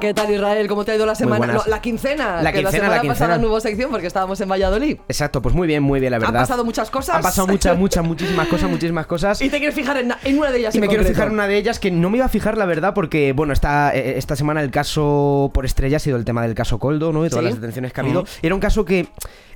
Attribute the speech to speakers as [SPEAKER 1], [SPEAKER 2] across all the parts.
[SPEAKER 1] ¿Qué tal Israel? ¿Cómo te ha ido la semana?
[SPEAKER 2] buenas.
[SPEAKER 1] No, la quincena.
[SPEAKER 2] La
[SPEAKER 1] que
[SPEAKER 2] quincena,
[SPEAKER 1] la semana
[SPEAKER 2] la
[SPEAKER 1] pasada
[SPEAKER 2] quincena.
[SPEAKER 1] no hubo sección porque estábamos en Valladolid.
[SPEAKER 2] Exacto, pues muy bien, muy bien, la verdad.
[SPEAKER 1] Han pasado muchas cosas.
[SPEAKER 2] Han pasado muchas, muchas, muchísimas cosas, muchísimas cosas.
[SPEAKER 1] Y te quieres fijar en, en una de ellas.
[SPEAKER 2] Y
[SPEAKER 1] en
[SPEAKER 2] me quiero
[SPEAKER 1] concreto.
[SPEAKER 2] fijar en una de ellas que no me iba a fijar, la verdad, porque, bueno, esta, eh, esta semana el caso por estrella ha sido el tema del caso Coldo, ¿no? Y todas
[SPEAKER 1] Sí.
[SPEAKER 2] las detenciones que ha habido. Era un caso que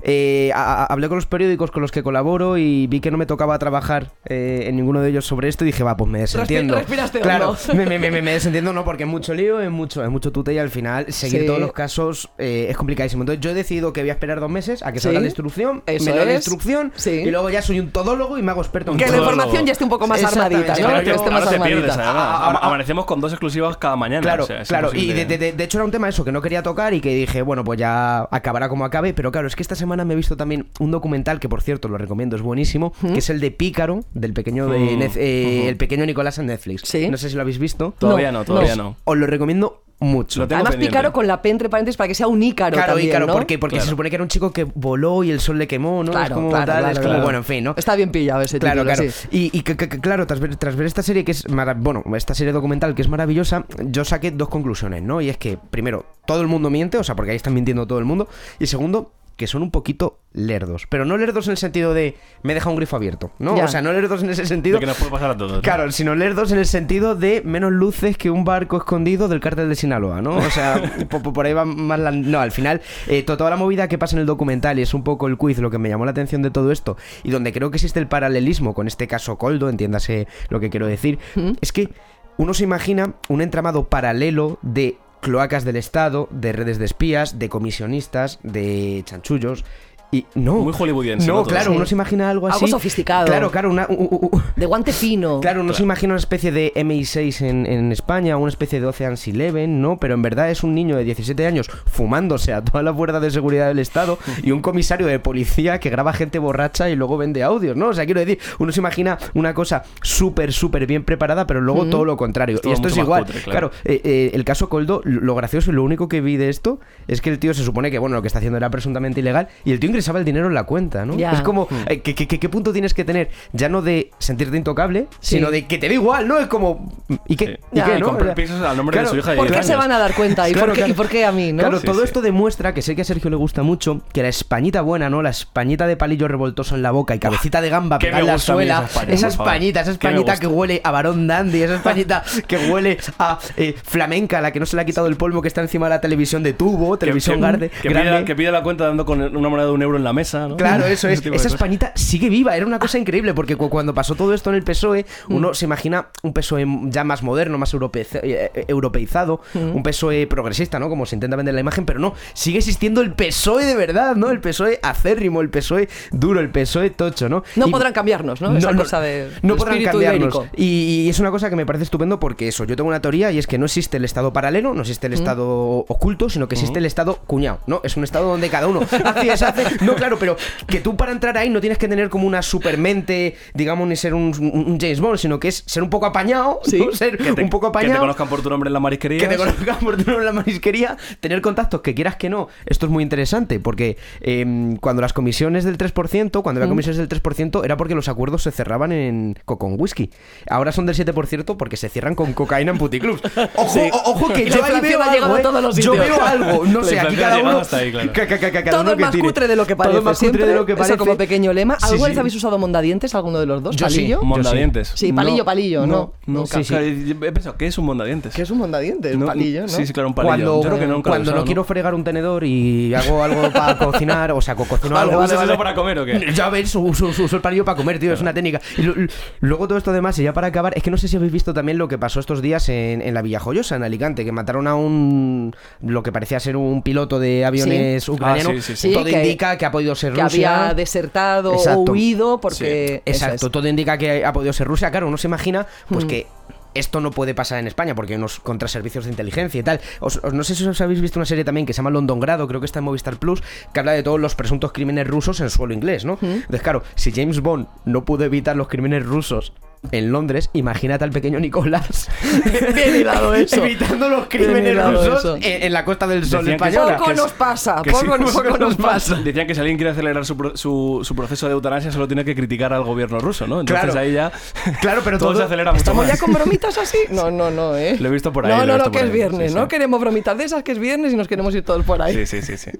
[SPEAKER 2] eh, a- a- hablé con los periódicos con los que colaboro y vi que no me tocaba trabajar eh, en ninguno de ellos sobre esto y dije, va, pues me desentiendo.
[SPEAKER 1] respiraste
[SPEAKER 2] claro,
[SPEAKER 1] hondo.
[SPEAKER 2] me, me- me- me desentiendo, no, porque es mucho lío, es mucho, es mucho tute y al final seguir
[SPEAKER 1] Sí.
[SPEAKER 2] todos los casos eh, es complicadísimo. Entonces yo he decidido que voy a esperar dos meses a que salga
[SPEAKER 1] Sí.
[SPEAKER 2] la instrucción,
[SPEAKER 1] Eso
[SPEAKER 2] me leo la
[SPEAKER 1] es.
[SPEAKER 2] instrucción
[SPEAKER 1] Sí.
[SPEAKER 2] y luego ya soy un todólogo y me hago experto en
[SPEAKER 1] Que la
[SPEAKER 2] todo.
[SPEAKER 1] información ya esté un poco más
[SPEAKER 2] Exactamente.
[SPEAKER 1] armadita, ¿no?
[SPEAKER 2] Ahora
[SPEAKER 1] Que
[SPEAKER 2] te-
[SPEAKER 1] esté más
[SPEAKER 3] ahora te pierdes,
[SPEAKER 1] armadita.
[SPEAKER 3] además.
[SPEAKER 2] este Ah, ah, ah.
[SPEAKER 3] Amanecemos con dos exclusivas cada mañana.
[SPEAKER 2] Claro,
[SPEAKER 3] o sea, es
[SPEAKER 2] claro. Y
[SPEAKER 3] imposible. ¿eh?
[SPEAKER 2] de, de- de hecho era un tema eso que no quería tocar y que dije, bueno, pues ya acabará como acabe. Pero claro, es que esta semana me he visto también un documental que, por cierto, lo recomiendo, es buenísimo, que es el de Pícaro, del pequeño de
[SPEAKER 3] Mm,
[SPEAKER 2] Nef- eh, el pequeño Nicolás en Netflix.
[SPEAKER 1] Sí.
[SPEAKER 2] No sé si lo habéis visto.
[SPEAKER 3] Todavía no,
[SPEAKER 1] No,
[SPEAKER 3] todavía
[SPEAKER 1] no.
[SPEAKER 3] no.
[SPEAKER 2] Os lo recomiendo mucho.
[SPEAKER 3] Lo tengo
[SPEAKER 1] Además,
[SPEAKER 3] pendiente.
[SPEAKER 1] pícaro con la P entre paréntesis para que sea un ícaro.
[SPEAKER 2] Claro,
[SPEAKER 1] también,
[SPEAKER 2] Ícaro,
[SPEAKER 1] ¿no?
[SPEAKER 2] porque, porque
[SPEAKER 3] Claro.
[SPEAKER 2] se supone que era un chico que voló y el sol le quemó, ¿no? es
[SPEAKER 1] Claro,
[SPEAKER 2] como
[SPEAKER 1] claro,
[SPEAKER 2] tal,
[SPEAKER 1] claro,
[SPEAKER 2] es como,
[SPEAKER 1] claro.
[SPEAKER 2] bueno, en fin, ¿no?
[SPEAKER 1] Está bien pillado ese
[SPEAKER 2] Claro,
[SPEAKER 1] título,
[SPEAKER 2] claro.
[SPEAKER 1] sí.
[SPEAKER 2] Y, y que- que- que, claro, tras ver, tras ver esta serie que es mara- bueno, esta serie documental que es maravillosa, yo saqué dos conclusiones, ¿no? Y es que, primero, todo el mundo miente, o sea, porque ahí están mintiendo todo el mundo. Y segundo, que son un poquito lerdos. Pero no lerdos en el sentido de me deja un grifo abierto, ¿no?
[SPEAKER 1] Ya.
[SPEAKER 2] O sea, no lerdos en ese sentido.
[SPEAKER 3] De que nos puede pasar a todos. ¿no?
[SPEAKER 2] Claro, sino lerdos en el sentido de menos luces que un barco escondido del cártel de Sinaloa, ¿no? O sea, po- po- por, ahí va más la... No, al final, eh, to- toda la movida que pasa en el documental y es un poco el quiz lo que me llamó la atención de todo esto y donde creo que existe el paralelismo con este caso Coldo, entiéndase lo que quiero decir, es que uno se imagina un entramado paralelo de cloacas del Estado, de redes de espías, de comisionistas, de chanchullos... Y no.
[SPEAKER 3] Muy hollywoodiense, ¿no?
[SPEAKER 2] No,
[SPEAKER 3] Todo.
[SPEAKER 2] claro,
[SPEAKER 3] Sí.
[SPEAKER 2] uno se imagina algo
[SPEAKER 1] Algo
[SPEAKER 2] así.
[SPEAKER 1] sofisticado.
[SPEAKER 2] Claro, claro, una, u- u- u-
[SPEAKER 1] De guante fino.
[SPEAKER 2] Claro, no se imagina una especie de MI6 en, en España, una especie de Ocean's Eleven, ¿no? Pero en verdad es un niño de 17 años fumándose a toda la puerta de seguridad del Estado y un comisario de policía que graba gente borracha y luego vende audios, ¿no? O sea, quiero decir, uno se imagina una cosa súper, súper bien preparada, pero luego todo lo contrario.
[SPEAKER 3] Mm. Es todo
[SPEAKER 2] y esto
[SPEAKER 3] mucho
[SPEAKER 2] es
[SPEAKER 3] más
[SPEAKER 2] igual.
[SPEAKER 3] cutre,
[SPEAKER 2] claro,
[SPEAKER 3] claro.
[SPEAKER 2] eh, eh, el caso Coldo, lo lo gracioso y lo único que vi de esto es que el tío se supone que, bueno, lo que está haciendo era presuntamente ilegal y el tío ingresaba el dinero en la cuenta, ¿no?
[SPEAKER 1] Ya.
[SPEAKER 2] Es como, eh, ¿qué, qué, qué- qué punto tienes que tener? Ya no de sentirte intocable,
[SPEAKER 1] Sí.
[SPEAKER 2] sino de que te da igual, ¿no? Es como, ¿y qué?
[SPEAKER 3] Sí.
[SPEAKER 2] ¿Y
[SPEAKER 1] Ya.
[SPEAKER 2] qué,
[SPEAKER 1] Y
[SPEAKER 2] no?
[SPEAKER 3] comprar
[SPEAKER 2] O sea,
[SPEAKER 3] pisos al nombre de su hija de
[SPEAKER 1] ¿Por qué
[SPEAKER 3] 10
[SPEAKER 1] se
[SPEAKER 3] años?
[SPEAKER 1] van a dar cuenta? ¿Y,
[SPEAKER 2] Claro,
[SPEAKER 1] por, qué,
[SPEAKER 2] claro.
[SPEAKER 1] y por qué a mí, no?
[SPEAKER 2] Claro,
[SPEAKER 3] Sí,
[SPEAKER 2] todo
[SPEAKER 3] sí.
[SPEAKER 2] esto demuestra que sé que a Sergio le gusta mucho que la españita buena, ¿no? La españita de palillo revoltoso en la boca y cabecita de gamba
[SPEAKER 3] Qué
[SPEAKER 2] pegada
[SPEAKER 3] me
[SPEAKER 2] en la
[SPEAKER 3] gusta a mí
[SPEAKER 2] suela.
[SPEAKER 3] esa España,
[SPEAKER 2] Esa
[SPEAKER 3] por favor.
[SPEAKER 2] españita, esa
[SPEAKER 3] Qué me
[SPEAKER 2] españita que
[SPEAKER 3] gusta.
[SPEAKER 2] huele a varón dandy, esa españita que huele a eh, flamenca, la que no se le ha quitado el polvo que está encima de la televisión de tubo,
[SPEAKER 3] Que-
[SPEAKER 2] televisión
[SPEAKER 3] que-
[SPEAKER 2] grande.
[SPEAKER 3] Que pide, la, que pide la cuenta dando con una moneda de un euro en la mesa, ¿no?
[SPEAKER 2] Claro, eso es.
[SPEAKER 3] Ese tipo de
[SPEAKER 2] Esa
[SPEAKER 3] cosas.
[SPEAKER 2] Españita sigue viva. Era una cosa increíble porque cu- cuando pasó todo esto en el PSOE, E,
[SPEAKER 3] Mm.
[SPEAKER 2] uno se imagina un PSOE E ya más moderno, más europeiza- eh, eh, europeizado,
[SPEAKER 3] Mm.
[SPEAKER 2] un PSOE E progresista, ¿no? Como se intenta vender la imagen, pero no. Sigue existiendo el PSOE E de verdad, ¿no? El PSOE E acérrimo, el PSOE E duro, el PSOE tocho, ¿no?
[SPEAKER 1] No
[SPEAKER 2] Y-
[SPEAKER 1] podrán cambiarnos, ¿no? Esa cosa de
[SPEAKER 2] no
[SPEAKER 1] del
[SPEAKER 2] podrán
[SPEAKER 1] espíritu
[SPEAKER 2] cambiarnos.
[SPEAKER 1] ibérico.
[SPEAKER 2] Y, y es una cosa que me parece estupendo porque eso, yo tengo una teoría y es que no existe el estado paralelo, no
[SPEAKER 1] Mm.
[SPEAKER 2] existe el estado oculto, sino que existe el estado cuñado, ¿no? Es un estado donde cada uno hace deshace. No, claro, pero que tú para entrar ahí no tienes que tener como una supermente, digamos, ni ser un, un- un James Bond, sino que es ser un poco apañado,
[SPEAKER 1] Sí.
[SPEAKER 2] ¿no? ser
[SPEAKER 3] Que te-
[SPEAKER 2] un poco
[SPEAKER 3] Que te
[SPEAKER 2] apañado.
[SPEAKER 3] conozcan por tu nombre en la marisquería.
[SPEAKER 2] Que te conozcan por tu nombre en la marisquería, tener contactos que quieras que no. Esto es muy interesante porque eh, cuando las comisiones del 3%, cuando las comisiones del 3% era porque los acuerdos se cerraban en, co- con whisky. Ahora son del 7% porque se cierran con cocaína en puticlubs. Ojo,
[SPEAKER 3] Sí.
[SPEAKER 2] o- ojo que
[SPEAKER 1] La
[SPEAKER 2] yo ahí
[SPEAKER 1] inflación
[SPEAKER 2] veo
[SPEAKER 1] ha
[SPEAKER 2] algo,
[SPEAKER 1] llegado a
[SPEAKER 2] ¿eh?
[SPEAKER 1] todos los
[SPEAKER 2] Yo
[SPEAKER 1] sitios.
[SPEAKER 2] veo algo, no
[SPEAKER 3] La
[SPEAKER 2] sé, aquí
[SPEAKER 3] inflación ha
[SPEAKER 2] cada
[SPEAKER 3] llegado
[SPEAKER 2] uno...
[SPEAKER 3] hasta ahí, claro.
[SPEAKER 2] ca- ca- ca- ca- cada
[SPEAKER 1] Todo
[SPEAKER 2] uno
[SPEAKER 1] es
[SPEAKER 2] que
[SPEAKER 1] más
[SPEAKER 2] tire.
[SPEAKER 1] cutre de lo que parece.
[SPEAKER 2] Todo es más
[SPEAKER 1] siempre.
[SPEAKER 2] cutre de lo que parece.
[SPEAKER 1] Eso como pequeño lema.
[SPEAKER 2] Sí,
[SPEAKER 1] ¿Alguna vez
[SPEAKER 2] sí.
[SPEAKER 1] habéis usado mondadientes, alguno de los dos?
[SPEAKER 2] Yo sí.
[SPEAKER 1] ¿Palillo?
[SPEAKER 2] Yo
[SPEAKER 3] Mondadientes.
[SPEAKER 1] Sí, palillo, palillo, no.
[SPEAKER 3] No,
[SPEAKER 1] Nunca.
[SPEAKER 3] sí, sí. He pensado, ¿qué es un mondadientes?
[SPEAKER 1] ¿Qué es un mondadientes? Un
[SPEAKER 3] No,
[SPEAKER 1] palillo, ¿no?
[SPEAKER 3] Sí, sí, claro, un palillo.
[SPEAKER 2] Cuando,
[SPEAKER 3] Yo creo que nunca lo he
[SPEAKER 2] cuando
[SPEAKER 3] usado,
[SPEAKER 2] no quiero fregar un tenedor y hago algo para cocinar, o sea, co- cocino
[SPEAKER 3] Vale,
[SPEAKER 2] algo.
[SPEAKER 3] vale, ¿usas vale. eso para comer o qué?
[SPEAKER 2] Ya ves, uso, uso- uso el palillo para comer, tío, es una técnica. Y lo- lo- luego todo esto demás, y ya para acabar, es que no sé si habéis visto también lo que pasó estos días en, en la Villa Joyosa, en Alicante, que mataron a un. lo que parecía ser un piloto de aviones ucraniano.
[SPEAKER 3] Ah, sí, sí, sí.
[SPEAKER 2] Todo
[SPEAKER 1] Sí, que-
[SPEAKER 2] indica que ha podido ser
[SPEAKER 1] Que
[SPEAKER 2] Rusia.
[SPEAKER 1] había desertado
[SPEAKER 2] Exacto.
[SPEAKER 1] o huido porque. eso
[SPEAKER 2] Exacto,
[SPEAKER 1] es. Hmm.
[SPEAKER 2] todo indica que ha podido ser Rusia. Claro, uno se imagina pues que esto no puede pasar en España porque hay unos contraservicios de inteligencia y tal. Os- os- no sé si os habéis visto una serie también que se llama Londongrado, creo que está en Movistar Plus, que habla de todos los
[SPEAKER 1] Hmm.
[SPEAKER 2] presuntos crímenes rusos en suelo inglés, ¿no? Entonces, claro, si James Bond no pudo evitar los crímenes rusos en Londres, imagínate al pequeño Nicolás
[SPEAKER 1] Bien hilado eso.
[SPEAKER 2] evitando los crímenes
[SPEAKER 1] hilado
[SPEAKER 2] rusos
[SPEAKER 1] eso.
[SPEAKER 2] en, en la costa del sol
[SPEAKER 3] Decían que-
[SPEAKER 2] española.
[SPEAKER 1] Poco
[SPEAKER 3] que sí.
[SPEAKER 1] nos pasa,
[SPEAKER 3] Que
[SPEAKER 1] poco,
[SPEAKER 3] sí,
[SPEAKER 1] nos- poco nos pasa.
[SPEAKER 3] Decían que si alguien quiere acelerar su, pro- su, su proceso de eutanasia solo tiene que criticar al gobierno ruso, ¿no? Entonces
[SPEAKER 2] Claro.
[SPEAKER 3] ahí ya
[SPEAKER 2] Claro, pero
[SPEAKER 3] todo,
[SPEAKER 2] todo-
[SPEAKER 3] se acelera mucho
[SPEAKER 1] ¿Estamos
[SPEAKER 3] más.
[SPEAKER 1] ya con bromitas así? No, no, no, ¿eh?
[SPEAKER 3] Lo he visto por ahí, lo
[SPEAKER 1] No,
[SPEAKER 3] he
[SPEAKER 1] no,
[SPEAKER 3] visto
[SPEAKER 1] no, que
[SPEAKER 3] por
[SPEAKER 1] es
[SPEAKER 3] ahí,
[SPEAKER 1] viernes.
[SPEAKER 3] sí,
[SPEAKER 1] no
[SPEAKER 3] sí.
[SPEAKER 1] queremos bromitas de esas que es viernes y nos queremos ir todos por ahí.
[SPEAKER 3] Sí, sí, sí, sí.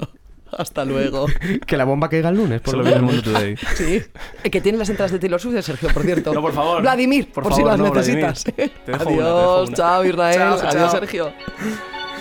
[SPEAKER 1] Hasta luego.
[SPEAKER 2] Que la bomba caiga el lunes, por
[SPEAKER 3] Eso
[SPEAKER 2] lo
[SPEAKER 3] lo vi en el
[SPEAKER 2] menos.
[SPEAKER 3] mundo today.
[SPEAKER 1] Sí. Eh, Que tiene las entradas de Taylor Swift de Sergio, por cierto.
[SPEAKER 3] No, por favor.
[SPEAKER 1] Vladimir,
[SPEAKER 3] Por
[SPEAKER 1] por, si
[SPEAKER 3] favor,
[SPEAKER 1] las
[SPEAKER 3] no, Vladimir.
[SPEAKER 1] necesitas.
[SPEAKER 3] Te dejo una, te dejo
[SPEAKER 1] Adiós,
[SPEAKER 3] una.
[SPEAKER 1] chao Israel,
[SPEAKER 2] Chao, chao.
[SPEAKER 1] adiós Sergio.